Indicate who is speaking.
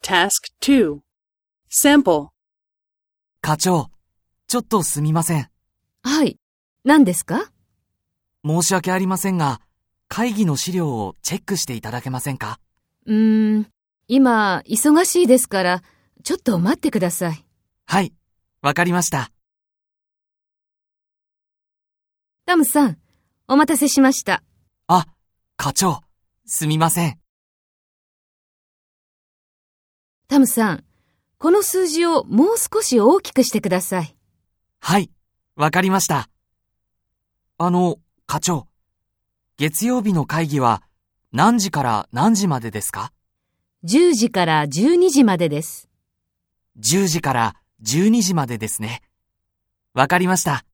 Speaker 1: Task 2. Sample.
Speaker 2: 課長、ちょっとすみません。
Speaker 3: はい。何ですか
Speaker 2: 申し訳ありませんが、会議の資料をチェックしていただけませんか
Speaker 3: うーん、今、忙しいですから、ちょっと待ってください。
Speaker 2: はい、わかりました。
Speaker 3: タムさん、お待たせしました。
Speaker 2: あ、課長、すみません。
Speaker 3: タムさん、この数字をもう少し大きくしてください。
Speaker 2: はい、わかりました。あの、課長、月曜日の会議は何時から何時までですか
Speaker 3: 10時から12時までです。
Speaker 2: ?10 時から12時までですね。わかりました。